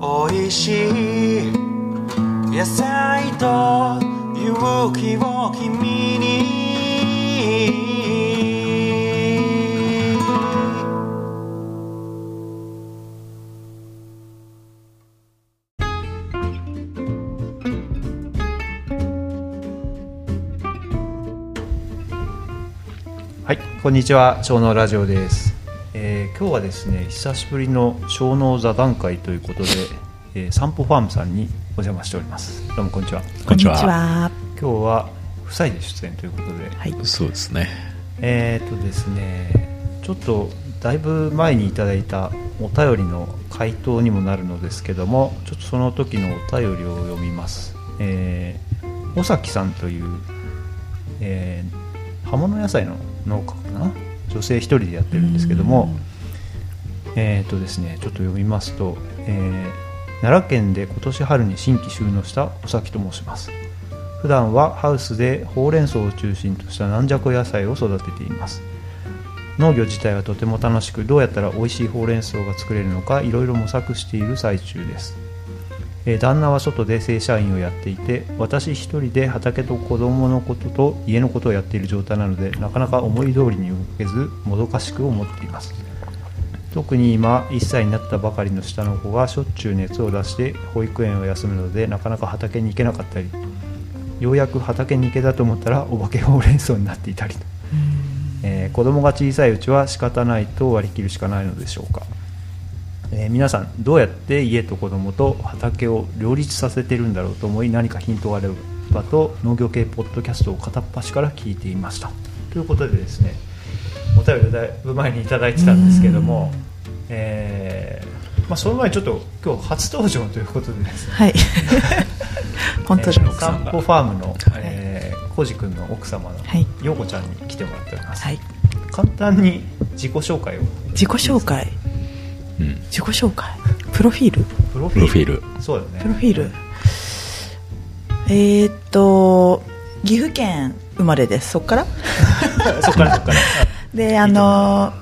美味しい野菜と勇気を君にはい、こんにちは、小脳ラジオです、えー今日はですね、久しぶりの小脳座談会ということで、えー、散歩ファームさんにお邪魔しております。どうもこんにちは。こんにちは今日は夫妻で出演ということで、はい、そうですね。えーとですね、ちょっとだいぶ前にいただいたお便りの回答にもなるのですけども、ちょっとその時のお便りを読みます。えー、尾崎さんという、えー、葉物野菜の農家かな、女性一人でやってるんですけども、えーとですね、ちょっと読みますと、えー奈良県で今年春に新規収納した尾崎と申します。普段はハウスでほうれん草を中心とした軟弱野菜を育てています農業自体はとても楽しくどうやったら美味しいほうれん草が作れるのかいろいろ模索している最中ですえー旦那は外で正社員をやっていて私一人で畑と子供のことと家のことをやっている状態なのでなかなか思い通りに動けずもどかしく思っています特に今1歳になったばかりの下の子がしょっちゅう熱を出して保育園を休むのでなかなか畑に行けなかったりようやく畑に行けたと思ったらお化けほうれん草になっていたりと、えー子供が小さいうちは仕方ないと割り切るしかないのでしょうか、えー皆さんどうやって家と子供と畑を両立させてるんだろうと思い何かヒントがあればと農業系ポッドキャストを片っ端から聞いていましたということでですねお便りをだいぶ前にいただいてたんですけども、えーまあ、その前にちょっと今日初登場ということでですねはい 本当だ、えー散歩ファームの、えー、コジ君の奥様のはい陽子ちゃんに来てもらっております、はい簡単に自己紹介を自己紹介うん。自己紹介プロフィールプロフプィールロフィール。そうだねプロフィールえー、っと岐阜県生まれですそっからル そっからそっから であの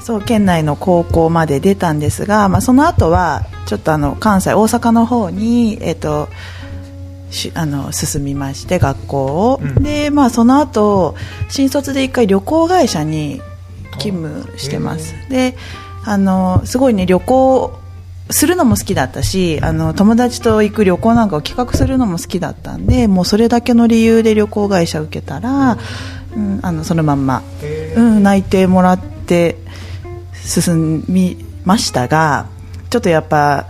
そう県内の高校まで出たんですが、まあ、その後はちょっとあの関西大阪の方に、えっとしあの進みまして学校を、うんでまあ、その後新卒で一回旅行会社に勤務してますであのすごいね旅行するのも好きだったしあの友達と行く旅行なんかを企画するのも好きだったんでもうそれだけの理由で旅行会社受けたら、うん、あのそのまんまえーうん、内定もらって進みましたがちょっとやっぱ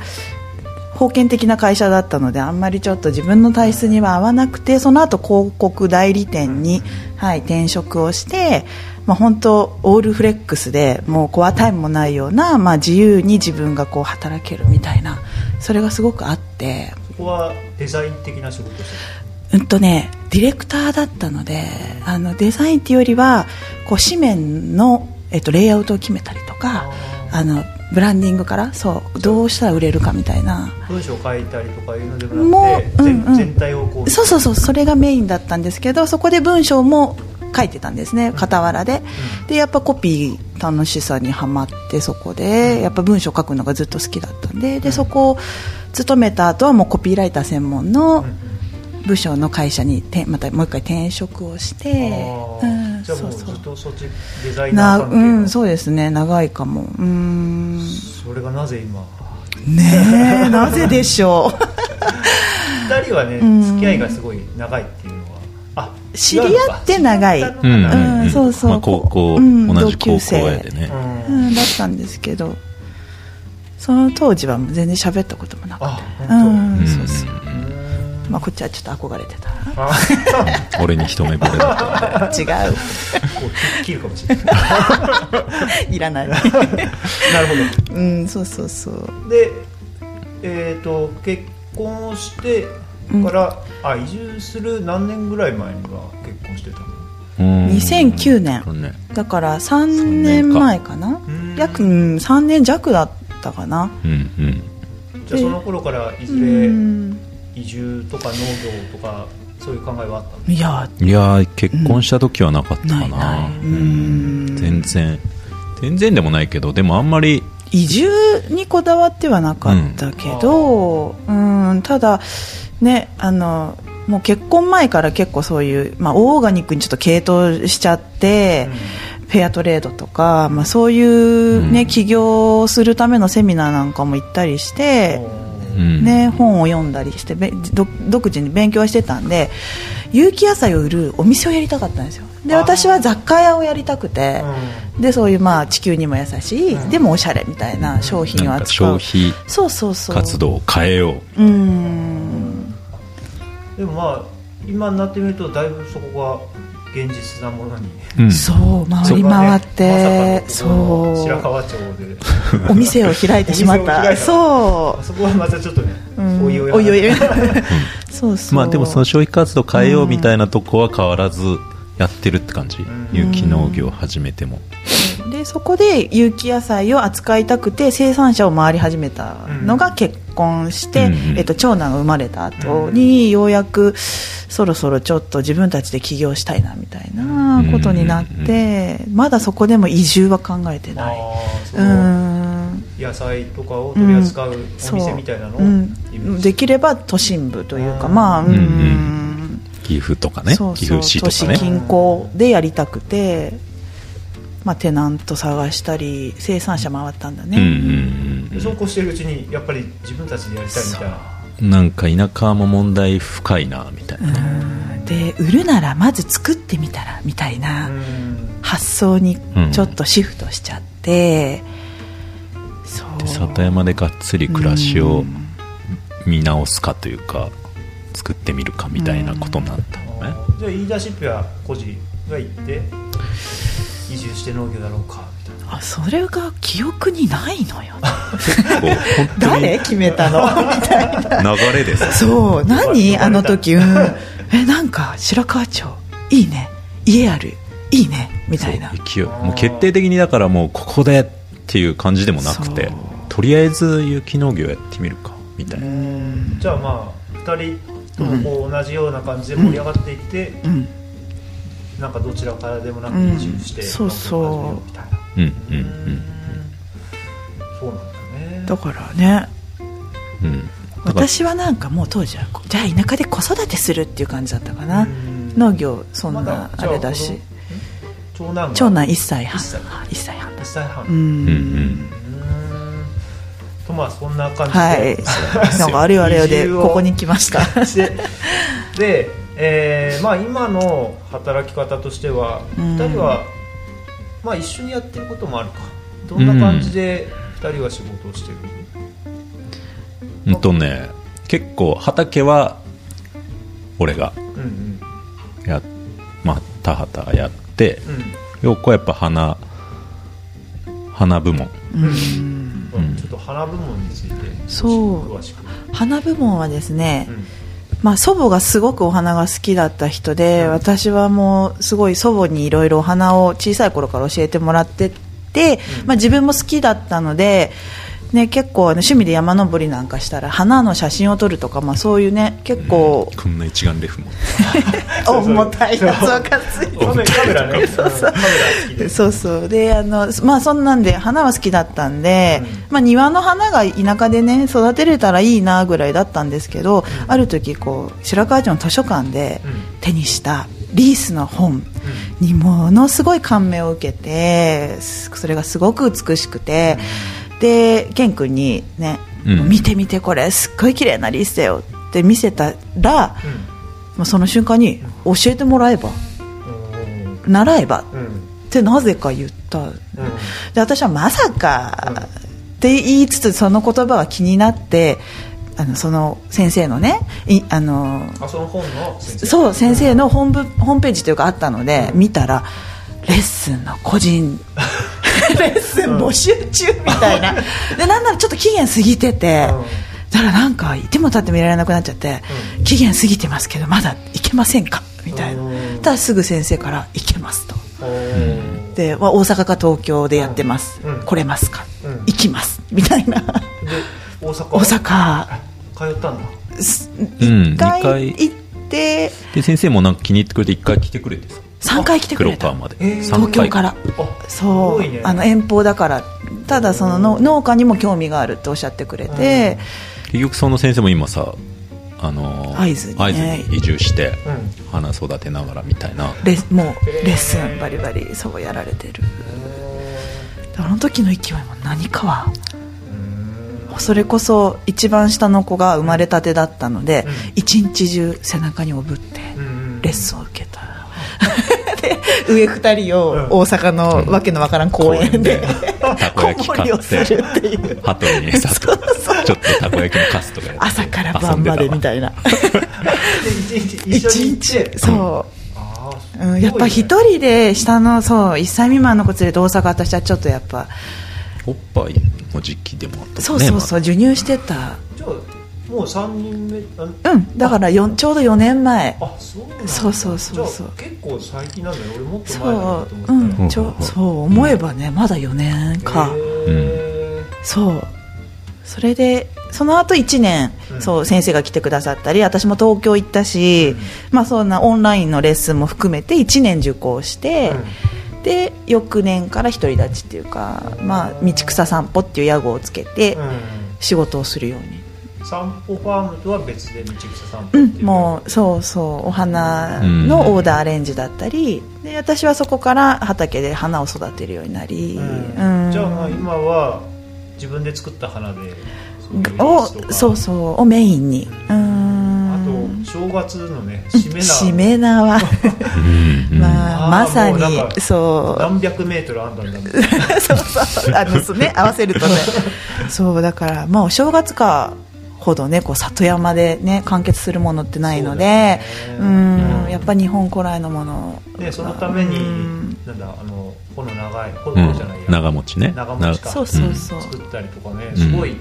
封建的な会社だったのであんまりちょっと自分の体質には合わなくてその後広告代理店に、はい、転職をして、まあ、本当オールフレックスでもうコアタイムもないような、まあ、自由に自分がこう働けるみたいなそれがすごくあって。そこはデザイン的な仕事をしてうんとね、ディレクターだったのであのデザインっていうよりはこう紙面の、えっと、レイアウトを決めたりとかあーあのブランディングからそうどうしたら売れるかみたいなる文章を書いたりとかいうのでもなくてもう全,、うんうん全体をこうそうそうそうそれがメインだったんですけどそこで文章も書いてたんですね傍らででやっぱコピー楽しさにはまってそこでやっぱ文章書くのがずっと好きだったんででそこを勤めた後はもうコピーライター専門うんうのん部署の会社にてまたもう一回転職をして、あうーん、じゃあもうそうずそうっとそっちデザイナなー関係うのん、そうですね長いかもうーんそれがなぜ今ねえ なぜでしょ二人はねん付き合いがすごい長いっていうのはあう知り合って長い、う違うのかんそうそうまあ、高校、うん同じ同高級校生やでね。うんん、だったんですけどその当時はもう全然喋ったこともなかっあたうん、うんそうそう、うんまあ、こっちはちょっと憧れてたあ俺に一目惚れだった。 違うこう切るかもしれないいら ないなるほどうんそうそうそうで、えー、と結婚をしてから、あ移住する何年ぐらい前には結婚してたのうん2009年そうねだから3年前かなうん約うん3年弱だったかなうんうん。じゃあその頃からいずれうん移住とか農業とかそういう考えはあったのいやいやー、結婚した時はなかったかな。ないないうん全然。全然でもないけど、でもあんまり移住にこだわってはなかったけど、うん、ただ、ね、あのもう結婚前から結構そういう、まあ、オーガニックにちょっと傾倒しちゃって、フェアトレードとか、まあ、そういう、ねうん起業をするためのセミナーなんかも行ったりして。うんね、本を読んだりしてべど独自に勉強してたんで有機野菜を売るお店をやりたかったんですよであー私は雑貨屋をやりたくて、うでそういうまあ地球にも優しい、でもおしゃれみたいな商品をなんか扱消う費そうそうそう活動を変えよううーんんでもまあ今になってみるとだいぶそこが現実なものにうんそう回り回ってそこがねまさかのこの白そう川町でお店を開いてしまっお店をた開いたそあそこはまたちょっとねううんおいおいおいおい そうそうまあでもその消費活動変えようみたいなとこは変わらずやってるって感じ、ん有機農業始めても、でそこで有機野菜を扱いたくて生産者を回り始めたのが結婚して、うんうんえっと、長男が生まれた後にようやくそろそろちょっと自分たちで起業したいなみたいなことになって、まだそこでも移住は考えてあない。ーそうーん野菜とかを取り扱うお店みたいなのをうイんメージできれば都心部というか、うんまあううんん、う岐阜とかねそう岐そう阜市と都か市ね近郊でやりたくて、まあ、テナント探したり生産者回ったんだうね、んうんでそうこうしてるうちにやっぱり自分たちでやりたいみたいなうんなんか田舎も問題深いなみたいな、で売るならまず作ってみたらみたいなうん発想にちょっとシフトしちゃって、そうで里山でがっつり暮らしうをん見直すかというか作ってみるかみたいなことになったのね、あーじゃあ言い出しっぺは個人が行って移住して農業だろうかみたいなあそれが記憶にない のよこう本当に 誰決め たの流れですそう何呼ばれたあの時うんえなんか白川町いいね家あるいいねみたいなそう勢いもう決定的にだからもうここでっていう感じでもなくてそうとりあえず有機農業やってみるかみたいな、じゃあまあ2人ともこう同じような感じで盛り上がっていって、うんなんかどちらからでもなくうん移住して、そうそうなんか始めようみたいなうんうんそうなんだだねからねうんうんだから私はなんかもう当時はこじゃあ田舎で子育てするっていう感じだったかな、うん農業そんまなあじゃれだし、子供ん長男が長男1歳半一歳1歳半一歳半ううんん、うんうーんとまあそんな感じで、はいなんかあれよあれよ移で住をここに来ましたしてで、えーまあ、今の働き方としてはうん2人は、まあ、一緒にやってることもあるかどんな感じで2人は仕事をしてる、うんとね結構畑は俺がうん、うんやまあ田畑やってうよくはやっぱ花花部門うんんうんちょっと花部門についてそう詳しく花部門はですね、うんまあ、祖母がすごくお花が好きだった人で私はもうすごい祖母にいろいろお花を小さい頃から教えてもらってて、うんまあ、自分も好きだったので、ね、結構あの趣味で山登りなんかしたら花の写真を撮るとか、まあ、そういうね結構、こんな一眼レフもそうそう 重たいやつそうを担カメいでカメラねそうそうカメラ好きでそうそうであのまあそんなんで花は好きだったんで、まあ庭の花が田舎でね育てれたらいいなぐらいだったんですけど、ある時こう白川町の図書館でうん手にしたリースの本にものすごい感銘を受けてすそれがすごく美しくて、で玄君にね、うん見て見てこれすっごい綺麗なリースだよって見せたら、まあ、その瞬間に教えてもらえばうん習えばっうんうんてなぜか言ったうんで私はまさかって言いつつその言葉が気になってあのその先生のねいあのあその本の先生そう先生のホームホームページというかあったので見たらレッスンの個 人レッスン募集中みたいなでなんならちょっと期限過ぎててうんだからなんかいても立ってもいられなくなっちゃって期限過ぎてますけどまだいけませんかみたいなうんただすぐ先生からいけますと。おーで、まあ、大阪か東京でやってます、うんうん来れますか、うん行きますみたいなで大阪大阪通ったんだすうん一回二回行ってで先生もなんか気に入ってくれて一回来てくれてさ3回来てく黒れた川までえー三東回京からあそう、すごいねあの遠方だからただそのの農家にも興味があるっておっしゃってくれて、結局その先生も今さあのー会津にね会津に移住してうん花育てながらみたいなレッもうレッスンバリバリそうやられてるだからあの時の勢いも何かはもうそれこそ一番下の子が生まれたてだったので、一日中背中におぶってレッスンを受けた、で上二人を大阪のわけのわからん公園で、たこ焼き こも買りをっするてっていうハトにさちょっとたこ焼きのカスとかやって 朝から晩までみたいな一日一日そう、うん、やっぱ一人で下のそう1歳未満の子連れて大阪私はちょっとやっぱおっぱいの時期でもあったもんねそうそうそう、ま授乳してたじゃあもう3人目あうんだからよんちょうど4年前あそうなんだそうそうそうそうじゃあ結構最近なんだよ俺もっと前だなそとう、思ったうん、らちょうんそう思えばねまだ4年か、へそうそれでその後1年、うんそう先生が来てくださったり私も東京行ったし、まあ、そんなオンラインのレッスンも含めて1年受講して、で翌年から独り立ちっていうか、まあ、道草散歩っていう屋号をつけてーう仕事をするように、ん散歩ファームとは別で道草散歩ってういん、もうそうそうお花のオーダーアレンジだったり、で私はそこから畑で花を育てるようになり、うんうんじゃあまあ今は自分で作った花でそういうをやつとかそうそうをメインにうんあと正月のね締めなしめ縄まああーまさもうになんかそう何百メートルあんだんだもんそうそうあのそうね合わせ るとねそうだからまあお正月かほどねこう里山でね完結するものってないのでそうう,、だよねんやっぱ日本古来のものでそのためにうんなんだあのこの長いこうのじゃないん、や長持ちね長持ちかそうそうそう、作ったりとかねんすごい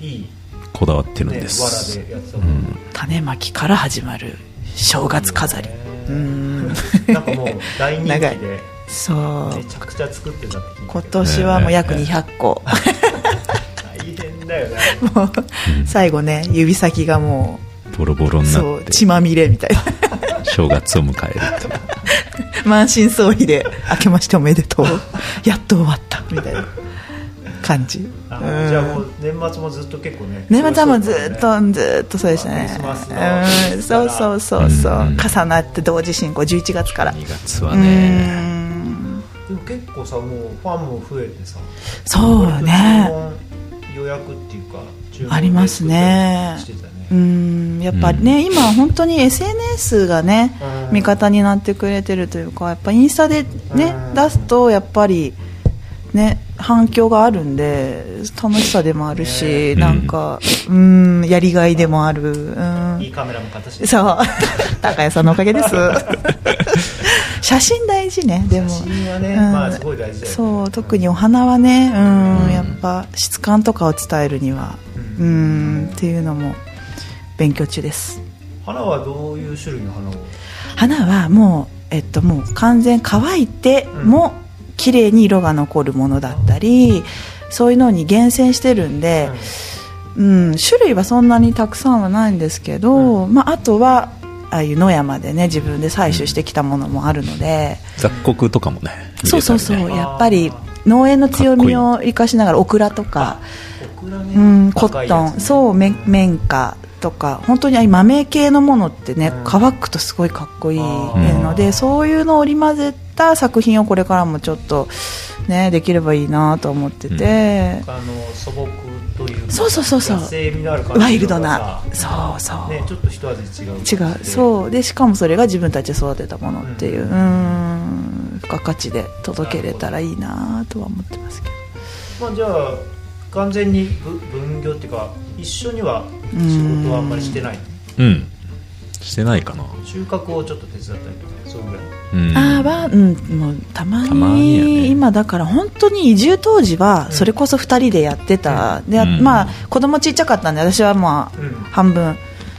いい、こだわってるんねです、藁でやってたもん、ね種まきから始まる正月飾りうんなんかもう大人気長いでそうめちゃくちゃ作ってたって聞いて今年はもう約ねえ200個、大変だよねもう最後ね指先がもボロボロうにそなっうて血まみれみた いな正月を迎える っていう満身創痍で「明けましておめでとう」「やっと終わった」みたいな感じあうんじゃあもう年末もずっと結構ね年末はもうずっとずっとそうでしたねクリスマスのうんそうそうそうそううん重なって同時進行11月から2月はうねんでも結構さもうファンも増えてさそ割うねと注文予約っていうか注文ありますねしてたねうんやっぱね、今本当に SNS がね、うん味方になってくれてるというかやっぱインスタでね、うん出すとやっぱりね反響があるんで楽しさでもあるし、ねなんかうんやりがいでもあるうんいいカメラも買ったしそう高谷さんのおかげです写真大事ねでも写真はね、うんまあすごい大事だよねそう特にお花はねうん、うんやっぱ質感とかを伝えるにはううんんっていうのも勉強中です花はどういう種類の花を花はもう,、えっと、もう完全乾いてうんも綺麗に色が残るものだったり、そういうのに厳選してるんで、うん、種類はそんなにたくさんはないんですけど、まあ、あとはああいう野山でね自分で採取してきたものもあるので、雑穀とかもねそうそうそう入れたりねやっぱり農園の強みを生かしながらオクラとかオクラねうん、コ赤ッいやトつン、そう、め綿花とか、本当にああいう豆系のものってね、うん乾くとすごいかっこいいのうで、んそういうのを織り交ぜた作品をこれからもちょっと、ね、できればいいなと思ってて、あの素朴というかそうそうそうそう野生味のある感じワイルドなのがさそうそうね、ちょっと一味違う違う、うそう、で、しかもそれが自分たちで育てたものっていう、うん、付加価値で届けれたらいいなとは思ってますけど。まあじゃあ完全にぶ分業っていうか一緒には仕事はあんまりしてないうんしてないかな収穫をちょっと手伝ったりとかねそうぐらいうんあーは、うん、もうたまにたまにやね今だから本当に移住当時うはんそれこそ2人でやってた、でうんまあ、子供ちっちゃかったんで私はまあ、うん半分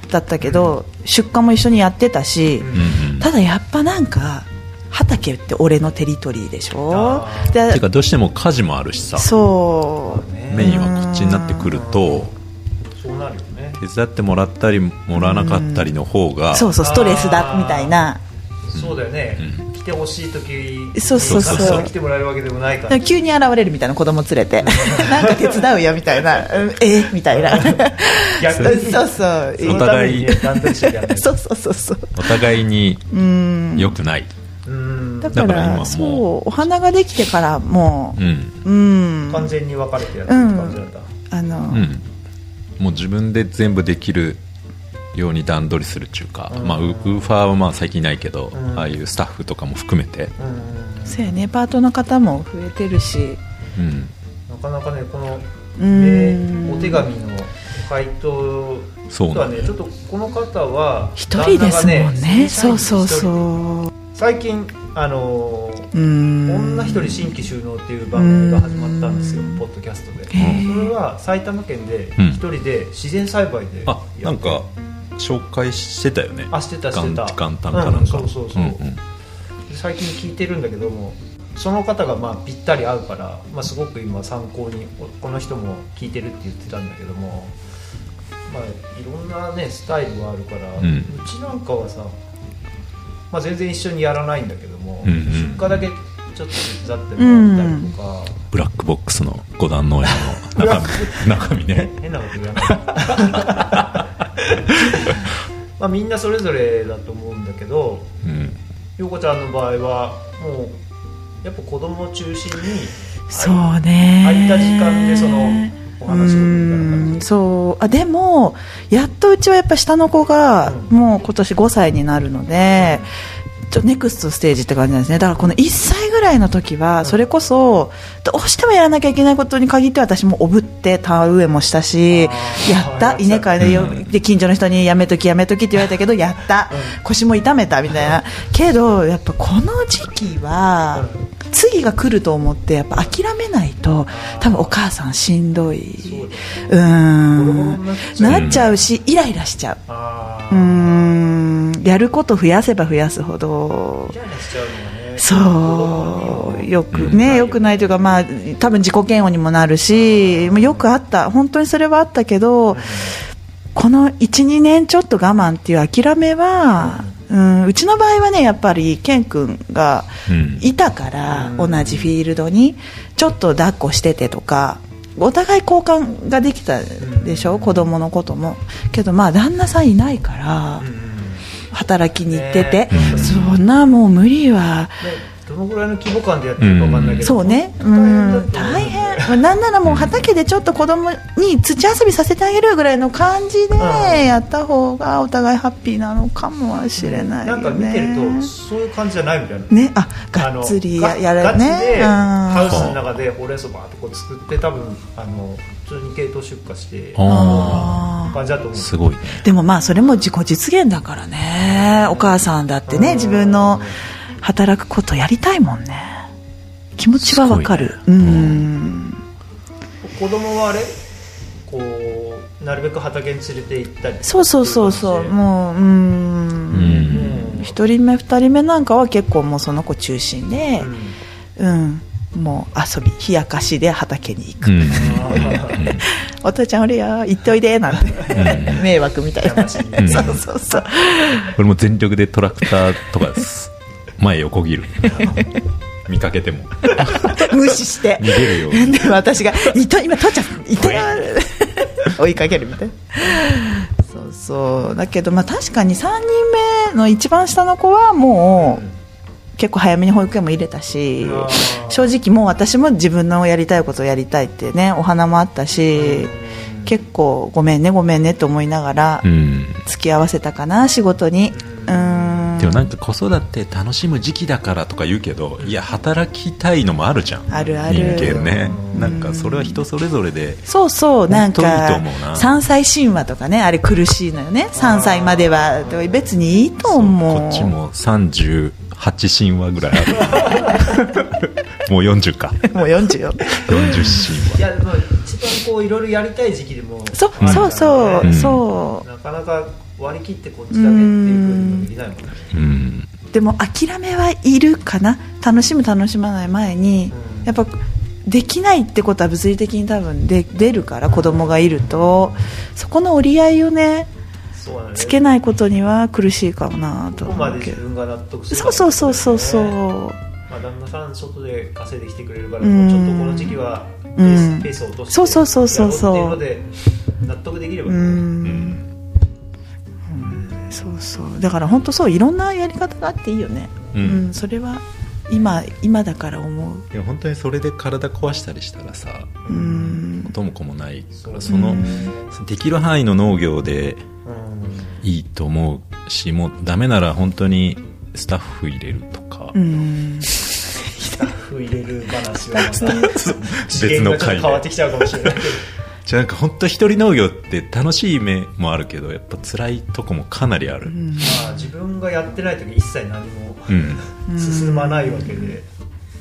だったけど、出荷も一緒にやってたし、うんうんうんただやっぱなんか畑って俺のテリトリーでしょあーてでかどうしても家事もあるしさそうねメインはこっちになってくるとそうなるよね手伝ってもらったりもらわなかったりの方がそうそうストレスだみたいなそうだよね、うん一来てほしい時にそうそうそうたくさん来てもらえるわけでもないから急に現れるみたいな子供連れてなんか手伝うよみたいなうんえみたいな逆にそうそうそのためにね段取りしなきゃいけない そうそうそうそうお互いにうん良くない、うんだからだから今もうそうお花ができてからもうんううん完全に分かれてやってるって感じなんだ、あの、うん、もう自分で全部できるように段取りするっていうか、うんまあ、ウウーファーはまあ最近ないけど、うんああいうスタッフとかも含めて、うんそうやねパートの方も増えてるしうんなかなかねこの、うんえーお手紙の回答そうとはなんだねちょっとこの方は一人ですもん旦那ねがそうそう正社員一人そ最近あのーううん女一人新規収納っていう番組が始まったんですようんポッドキャストでそへーれは埼玉県でうん一人で自然栽培であやなんか紹介してたよねあしてたしてた元元旦かなんか、うんそうそうそう、んん最近聞いてるんだけどもその方がまあぴったり合うから、まあ、すごく今参考にこの人も聞いてるって言ってたんだけども、まあ、いろんなねスタイルがあるから、うんちなんかはさ、まあ、全然一緒にやらないんだけども、うんうん出荷だけちょっと手伝ってもらったりとか、ブラックボックスの五段農園の中身 中身ね変なこと言わ ないまあみんなそれぞれだと思うんだけどうん陽子ちゃんの場合はもうやっぱ子供を中心にそうね空いた時間でそのお話をみたいな感じうんそうあでもやっとうちはやっぱ下の子がうんもう今年5歳になるので、ちょネクストステージって感じなんですねだからこの1歳ぐらいの時はそれこそどうしてもやらなきゃいけないことに限って私もおぶって田植えもしたしあーやった稲刈りをうんで近所の人にやめときやめときって言われたけどやった、うん腰も痛めたみたいなけどやっぱこの時期はうん次が来ると思ってやっぱ諦めないと多分お母さんしんどいそうだうーボロボロんになっちゃうなっちゃうしイライラしちゃあううーーんやること増やせば増やすほどイライラしちゃうのはねそ子供うによくね、よくないというか、まあ、多分自己嫌悪にもなるし、まあよくあった本当にそれはあったけど、この12年ちょっと我慢っていう諦めは、うん、うちの場合はねやっぱりケン君がうんいたから、うん同じフィールドにちょっと抱っこしててとかお互い交換ができたでしょ、うん子供のこともけどまあ旦那さんいないから、うんうんね働きに行ってて、ねそんなもう無理は。どのぐらいの規模感でやってるかわかんないけどそうね、う大ん、変だと思う大変、なんならもう畑でちょっと子供に土遊びさせてあげるぐらいの感じでうんやった方がお互いハッピーなのかもしれないなよんね。か見てるとそういう感じじゃないみたいなね、あ、あがのっつりやガやるガチね。でうんハウスの中でほうれん草バーってこう作って多分あの普通に系統出荷してああ感じだと思うーすごいねーでもまあそれも自己実現だからね。お母さんだってうんね、自分の働くことやりたいもんね。気持ちはわかる。すうごいねん。子供はあれこうなるべく畑に連れて行ったりそうそうそうそう、ももう、うんう。うんん一人目二人目なんかは結構もうその子中心でう、んうん、もう遊び冷やかしで畑に行く、うんお父ちゃんおるよ行っておいでなんて 迷惑みたいな、うんそう そうそう俺も全力でトラクターとかです前 横切る見かけても 無視して逃げるようにで私が「いと今父ちゃんいとよ」 追いかけるみたいなそうそうだけどまあ確かに3人目の一番下の子はもう、結構早めに保育園も入れたしあー正直もう私も自分のやりたいことをやりたいってねお花もあったし、結構ごめんねごめんねと思いながらうん付き合わせたかな仕事にうーんでもなんか子育て楽しむ時期だからとか言うけどいや働きたいのもあるじゃんあるある人間ねうんなんかそれは人それぞれでそうそうなんか本当にいいと思うな3歳神話とかねあれ苦しいのよね3歳までは別にいいと思うこっちも38神話ぐらいあ るもう40かもう40よ40神い話やでも一番こういろいろやりたい時期でもそうあるからそねうそう、うんそなかなか割り切ってこっちだけっていうふうにもできないもんねうんうでも諦めはいるかな楽しむ楽しまない前に、うんやっぱできないってことは物理的に多分で出るから子供がいるとそこの折り合いをねそうなんですつけないことには苦しいかもなとどこま思でうけ自ど分が納得するかそうそうそうそうそう、まあ、旦那さん外で稼いできてくれるから、うんちょっとこの時期はペース,、うんペースを落としてそうそうそうそうそうやろっていうので納得できればうね、うんんそうそうだから本当そういろんなやり方があっていいよね、ううんん、それは今今だから思ういや本当にそれで体壊したりしたらさうん元も子もないからそそうのうんできる範囲の農業でうんいいと思うしもうダメなら本当にスタッフ入れるとか、うんスタッフ入れる話はまた次別元がのちょっ会と変わってできちゃうかもしれないけどじゃあなんか本当一人農業って楽しい面もあるけどやっぱ辛いとこもかなりあうるんまあ自分がやってない時一切何もうん進まないわけで、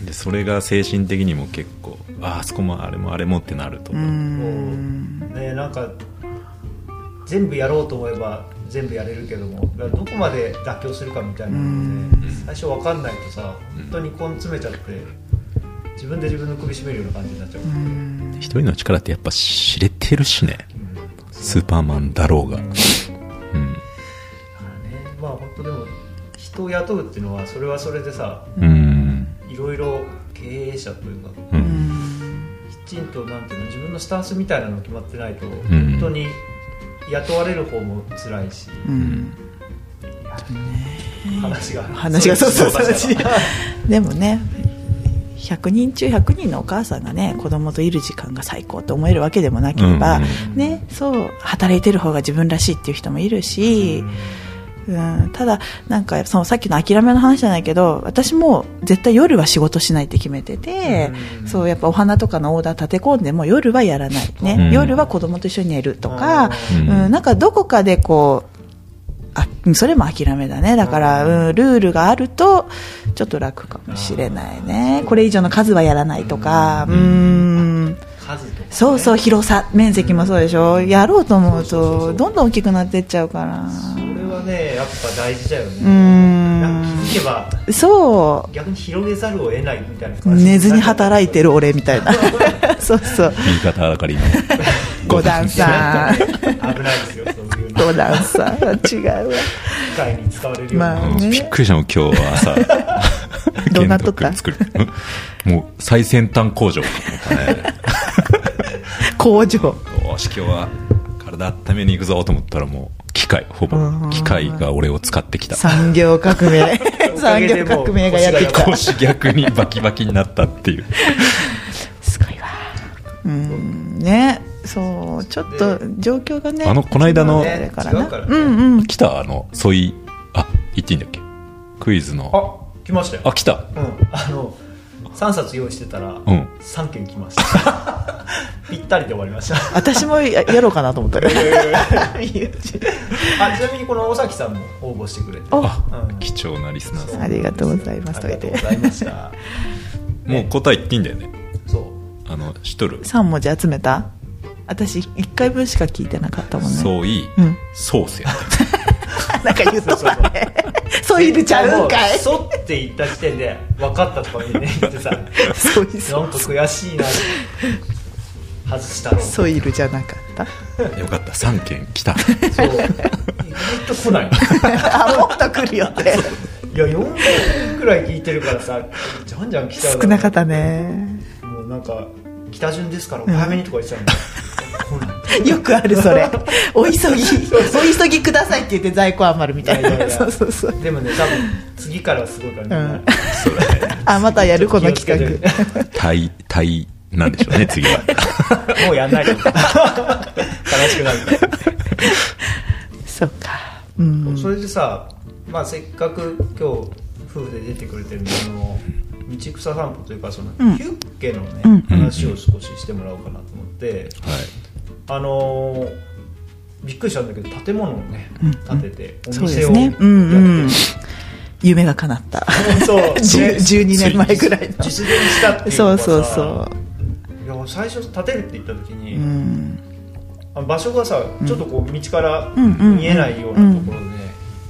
でそれが精神的にも結構ああそこもあれもあれもってなるとう思う、んね、なんか全部やろうと思えば全部やれるけどもだからどこまで妥協するかみたいなので、うん最初わかんないとさ本当に根詰めちゃって自分で自分の首絞めるような感じになっちゃう、一人の力ってやっぱ知れてるしねスーパーマンだろうがうんだからねまあ本当でも人を雇うっていうのはそれはそれでさうんいろいろ経営者というかううんんきちんとなんていうの自分のスタンスみたいなの決まってないと、ん本当に雇われる方も辛いし、ううんん話が 話がそうそうそうだからでもね100人中100人のお母さんがね子供といる時間が最高と思えるわけでもなければ、うんね、そう働いてる方が自分らしいっていう人もいるし、うん、ただなんかそのさっきの諦めの話じゃないけど私も絶対夜は仕事しないって決めてて、うんそうやっぱお花とかのオーダー立て込んでも夜はやらない、ねうん夜は子供と一緒に寝るとか、うんうん、なんかどこかでこうあそれも諦めだねだから、うん、ルールがあるとちょっと楽かもしれないねこれ以上の数はやらないとかううんん数とかねそうそう広さ面積もそうでしょやろうと思うとどんどん大きくなっていっちゃうからそれはねやっぱ大事だようね、なんかん気づけばそ逆に広げざるを得ないみたいなう感じ寝ずに働いてる俺みたい なそうそう言い方ばか りの五段さん 危ないですよそういうの五段さんは違うわ機械に使われるような、まあねびっくりしたもん今日は朝どうなっとった原作作るもう最先端工場かと思ったね工場よし今日は体温めに行くぞと思ったらもう機械ほぼうん機械が俺を使ってきた産業革命 産業革命がやってきた腰逆にバキバキになったっていうすごいわうんねそうちょっと状況がねあのこの間の違うからね違うからねうんうん来たあのソイあ言っていいんだっけクイズのあ来ましたよあ来たうんあの3冊用意してたら、うん三3件来ましたぴった りで終わりました私もややろうかなと思った あちなみにこの尾崎さんも応募してくれておあうん貴重なリスナーさありがとうございますありがとうございましたんもう答え言っていいんだよねそうあの知っとる3文字集めた私1回分しか聞いてなかったもんねソイうんソーセなんか言っとったねそういるちゃうんかいもうそって言った時点で分かったとか言って言ってさなんかそうい悔しいな外したろうソイルじゃなかったよかった3件来たそう意外と来ないい あもっと来るよってや4回くらい聞いてるからさじゃんじゃん来ちゃう少なかったねたもうなんか北順ですからお早めにとか言っちゃうんだ、 来ないよくあるそれお急ぎお急ぎくださいって言って在庫余るみたいいやいやないや そうそうそうでもね多分次からはすごいからみんな、うん あまたやるこの企気をつけタイタイなんでしょうね次はてもうや んないと悲しくなるから画そうかうんそれでさ、まあ、せっかく今日夫婦で出てくれてるのあの道草散歩というかその、うんヒュッケのね、うん話を少ししてもらおうかなと思って、はいあのーびっくりしたんだけど建物をねうん建てて、おそうで店すをやっねてうんうん夢が叶 ったそうじゅね12年前ぐらい実の現したっていうのそうがさそうそいや最初建てるって言った時に、ううんあの場所がさちょっとこう道からうんうん見えないようなところで、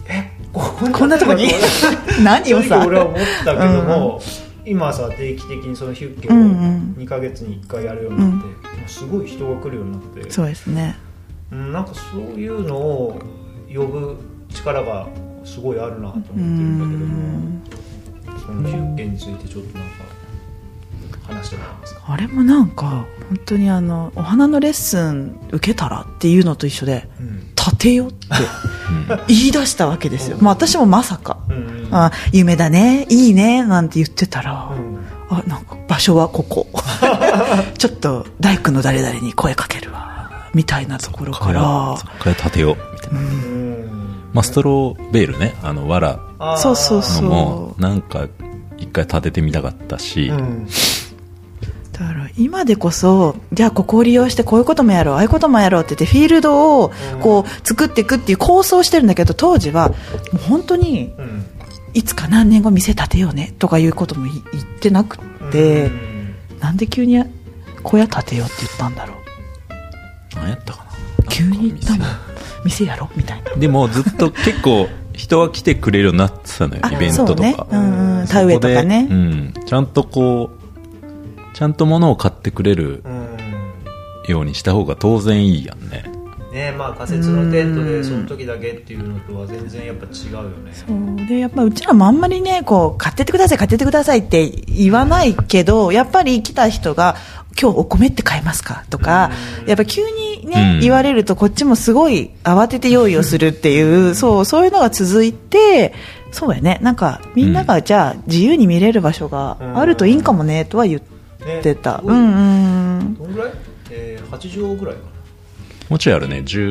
えここんなと こに建てるの 何を正直さ俺は思ったけども、今さ定期的にそのヒュッケをうんうん2ヶ月に1回やるようになって、もうすごい人が来るようになってそうですねうんなんかそういうのを呼ぶ力がすごいあるなと思ってるんだけどもその10件についてちょっとなんか話してもらえますかあれもなんか本当にあのお花のレッスン受けたらっていうのと一緒でうん立てよって言い出したわけですよ、まあ、私もまさか、うんうんあ夢だねいいねなんて言ってたら、うんあなんか場所はここ ちょっと大工の誰々に声かけるわみたいなところか、かららそっから立てよう、みたいな。うんまあ、ストローベールね、あの、藁あーそうそうそのも、なんか、一回立ててみたかったし、うんだから今でこそじゃあここを利用してこういうこともやろうああいうこともやろうって言ってフィールドをこう作っていくっていう構想をしてるんだけど当時はもう本当にうんいつか何年後店建てようねとかいうこともい言ってなくって、うんなんで急に小屋建てようって言ったんだろう何やったかな。急に言ったもんなんか店やろうみたいな店でも、ずっと結構、人は来てくれるようになってたの よ、イベントとか。そうねうんうん、田植えとかねそこでうん。ちゃんとこう、ちゃんと物を買ってくれるうんようにした方が当然いいやんね。ねまあ仮設のテントでその時だけっていうのとは全然やっぱ違うよねそうでやっぱうちらもあんまりねこう買ってってください買ってってくださいって言わないけどやっぱり来た人が今日お米って買えますかとかうんやっぱ急にね、うん言われるとこっちもすごい慌てて用意をするっていうそうそういうのが続いてそうやねなんかみんながじゃあ自由に見れる場所があるといいんかもねとは言ってた、ねうんうんどんぐらい、えー、8畳ぐらいかなもうちろんあるね、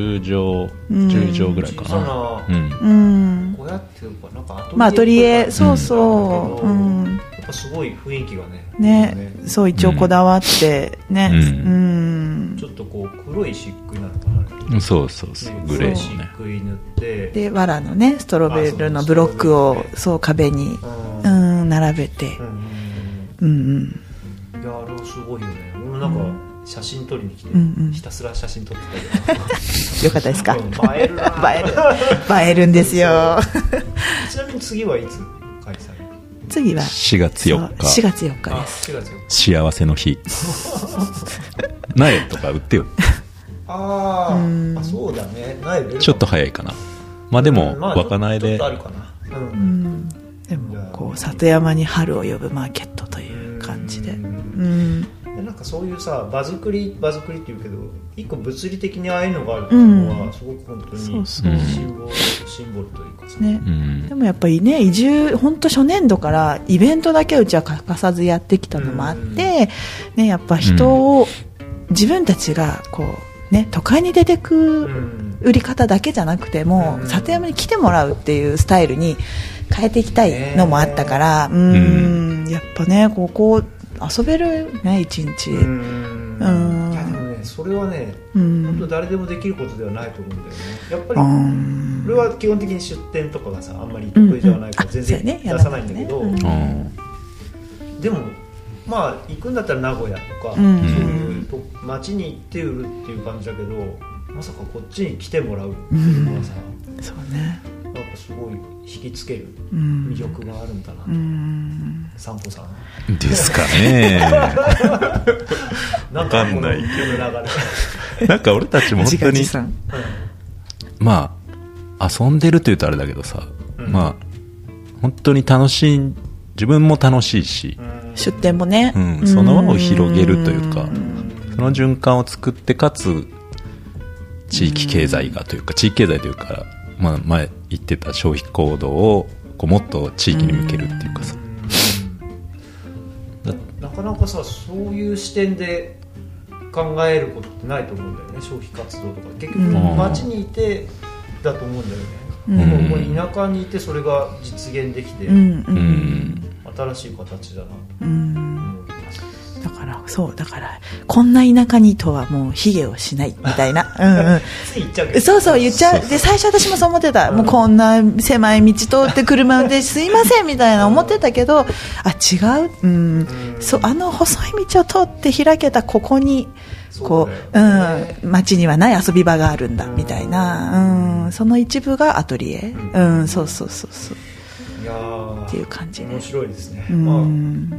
10畳、うん10畳ぐらいか小なさ。う。なんうん小屋っていうかなんかアトリエまあアトリエっぽい感じそうそなんだけうどうんやっぱすごい雰囲気がねね、そう一応こだわってね、うんうんちょっとこう黒い漆喰なのかなあれうんそうそうそう、ねグレー漆のね。喰塗ってで藁のねストロベルのブロックあそうをですねそう壁にうんうん並べてうんうんうんうんいやあれはすごいよね俺もなんか写真撮りに来て、うんうんひたすら写真撮ってたけどうんよかったですか、うん映えるな 映える映えるんですよちなみに次はいつ開催次は4月そう4 4日。月4日あです4月よ幸せの 日。苗とか売ってよ。あうんーあそうだねないでちょっと早いかな。まあでも、うんまあ湧かないちょでっと。あるかなううんんでもこう里山に春を呼ぶマーケットという感じでうんうんでなんかそういうさ場作り場作りっていうけど一個物理的にああいうのがあるっていうのは、うんすごく本当にそうそうシンボルシンボルというかさ、ねうんでもやっぱりね移住本当初年度からイベントだけはうちは欠かさずやってきたのもあっうんて、ね、やっぱ人を、自分たちがこう、ね、都会に出てうくん、売り方だけじゃなくても、うん里山に来てもらうっていうスタイルに変えていきたいのもあったから、うんやっぱねこうこう遊べるね一日、ううんんうんいやでもねそれはね本当誰でもできることではないと思うんだよねやっぱり、うん俺は基本的に出店とかがさあんまり得意ではないからう全んあそうや然ね出さないんだけど、やらないねうんでもまあ行くんだったら名古屋とか、うんそういうと町に行って売るっていう感じだけどまさかこっちに来てもらうっていうのはさ、そうね、なんかすごい引きつけるうん魅力があるんだな、うん散歩さんですかね。なんかんないこの流なんか俺たちも本当に自、画自賛まあ、遊んでると言うとあれだけどさ、うんまあ、本当に楽しい、自分も楽しいし、れ出店もね、うん、その輪を広げるというか、うんその循環を作って、かつ、地域経済がというか、地域経済というか、まあ、前言ってた消費行動を、こうもっと地域に向けるっていうかさ、だなかなかさそういう視点で考えることってないと思うんだよね消費活動とか結局うん街にいてだと思うんだよね、うんここに田舎にいてそれが実現できて、うんううんん、新しい形だなとうん思いますだからそうだからこんな田舎にとはもう卑下をしないみたいなうん、うんつい言っちゃうけどそうそう言っちゃそううで最初私もそう思ってた、うんもうこんな狭い道通って車運転すいませんみたいな思ってたけどあ違う、うん、そうあの細い道を通って開けたここにそうこう、だよねうん、街にはない遊び場があるんだうんみたいな、うん、その一部がアトリエ、うん、そうそうそうそういやーっていう感じで面白いですね、うん、ま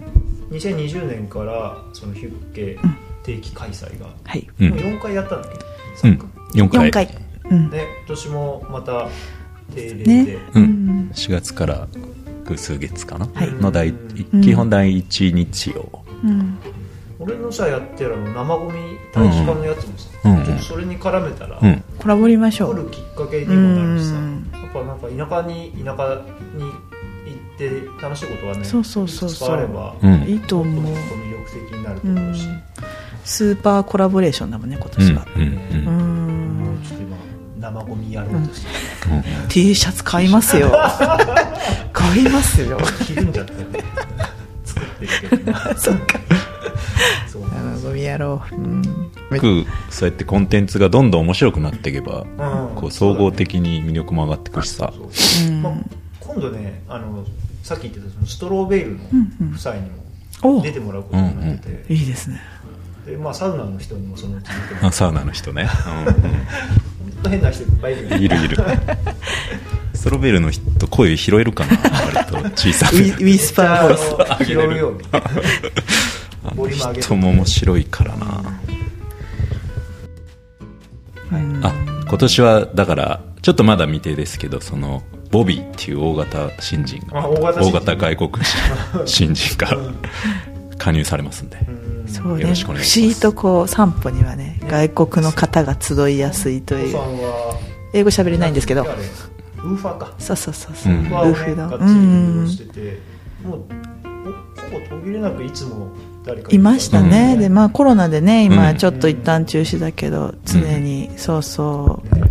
あ、2020年からそのヒュッケ定期開催が、はいうんもう4回やったんだっけうどん、4 4回。回、ううんで今年もまた定例で、ねうん、4月から偶数月かな、はいの第ん基本第1日を、うん俺のさやってるあの生ゴミ大使化のやつもさ、うんちょっとそれに絡めたら、うん、コラボりましょ来うるきっかけにもなるしさ、うんやっぱなんか田舎に田舎に行って楽しいことがねそうそうそうそういくつかあれば、うもっんいいととも思っうと魅力的になると思うし、うんスーパーコラボレーションだもんね今年はうんううんんもうちょっと今生ゴミやろうとして T シャツ買います よ買いますよひるんじゃって作ってるけどな そっかそう生ゴミ野郎うん僕そうやってコンテンツがどんどん面白くなっていけば、うんこう総合的に魅力も上がってくしさそううんまあ、今度ねあのさっき言ってたそのストローベイルのうんうん夫妻におも出てもらうことになってて、いいですねでまあ、サウナの人にもそのうち出てもらあうサウナの人ね、本当変な人いっぱいいるようねん、い るいるストロベルの人声拾えるかな割と小さウィウくィスパーボイスあの拾うようにあボのリューム上げて人も面白いからなうんあ今年はだからちょっとまだ未定ですけどそのボビーっていう大型新人があ大型新人外国人新人が加入されますんで、うんそうよねろしく不お思願いします議とこう散歩にはね外国の方が集いやすいとお父いうさんは英語喋れないんですけどあれウーファーかそうそうそうそううウんウーファーーフをねのがっうつり利用んしてて、もうほほぼ途切れなくいつも誰かいましたね、うんでまあコロナでね今うんちょっと一旦中止だけど、常にそうそね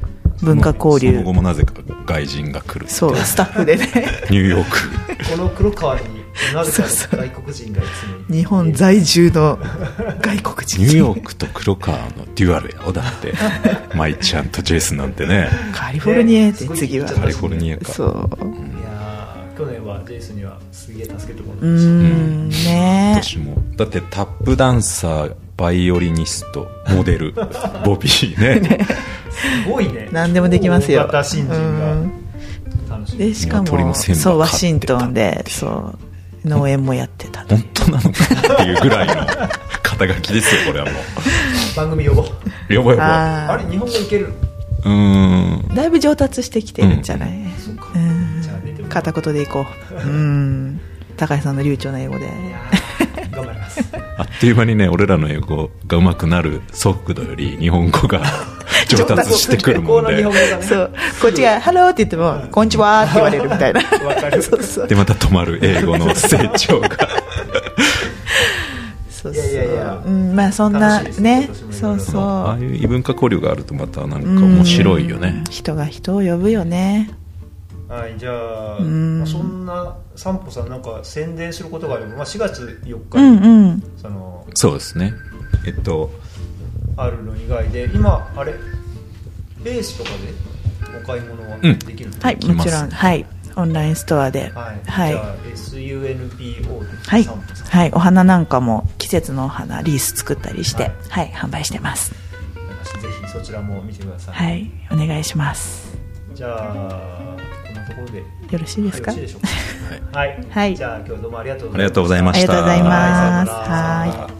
う文化交その流後もなぜか外人が来るそうスタッフで ねニューヨークこの黒川になぜそうかそう外国人がいつも日本在住の外国人ニューヨークと黒川のデュアルやおだ ってマイちゃんとジェイスなんてねカリフォルニアでね次はすカごいリフォルニアかそいうやー去年はジェイスにはすげえ助けてもらっうーたし、んね私もだってタップダンサーバイオリニストモデ ルボビーねすごいね何でもできますよ大型新人うんが楽しみでしかも鶏も千羽そうワ飼ってたシントンでそう農園もやってた本当なのかっていうぐらいの肩書きですよこれはも番組呼ぼううやばいやああれ日本語いけるのばいうーんーだいぶ上達してきてるんじゃない、そうかうんじゃあ出てもらおう片言でいこううん高橋さんの流暢な英語でいやー頑張り ますあっという間にね俺らの英語が上手くなる速度より日本語が 上達してくるもん上で達してくる高そうこっちが「ハロー」って言っても「こんにちは」って言われるみたいなわかるそうそうでまた止まる英語の成長 がそうそういやいやいやうん、まあそんな楽しいですねね今年もいろいそうろそうああいう異文化交流があるとまたなんか面白いよねうん人が人を呼ぶよねはいじゃあ,、うんまあそんな散歩さんなんか宣伝することがあれば、まあ、4月4日うに、んうんそのそうですねえっとあるの以外で今あれベースとかでお買い物はうんできるの、はいきますもちろんはいオンラインストアではい、はいじゃあ SUNPO ではい散歩さん、はいお花なんかも季節のお花リース作ったりしてはい、販売してますぜひそちらも見てください、はいお願いしますじゃあこんなところでよよろしいですかろしいでしょうかはい、はいじゃあ今日はどうもありがとうありがとうございまありしがとたうございはまいすさよならはいあ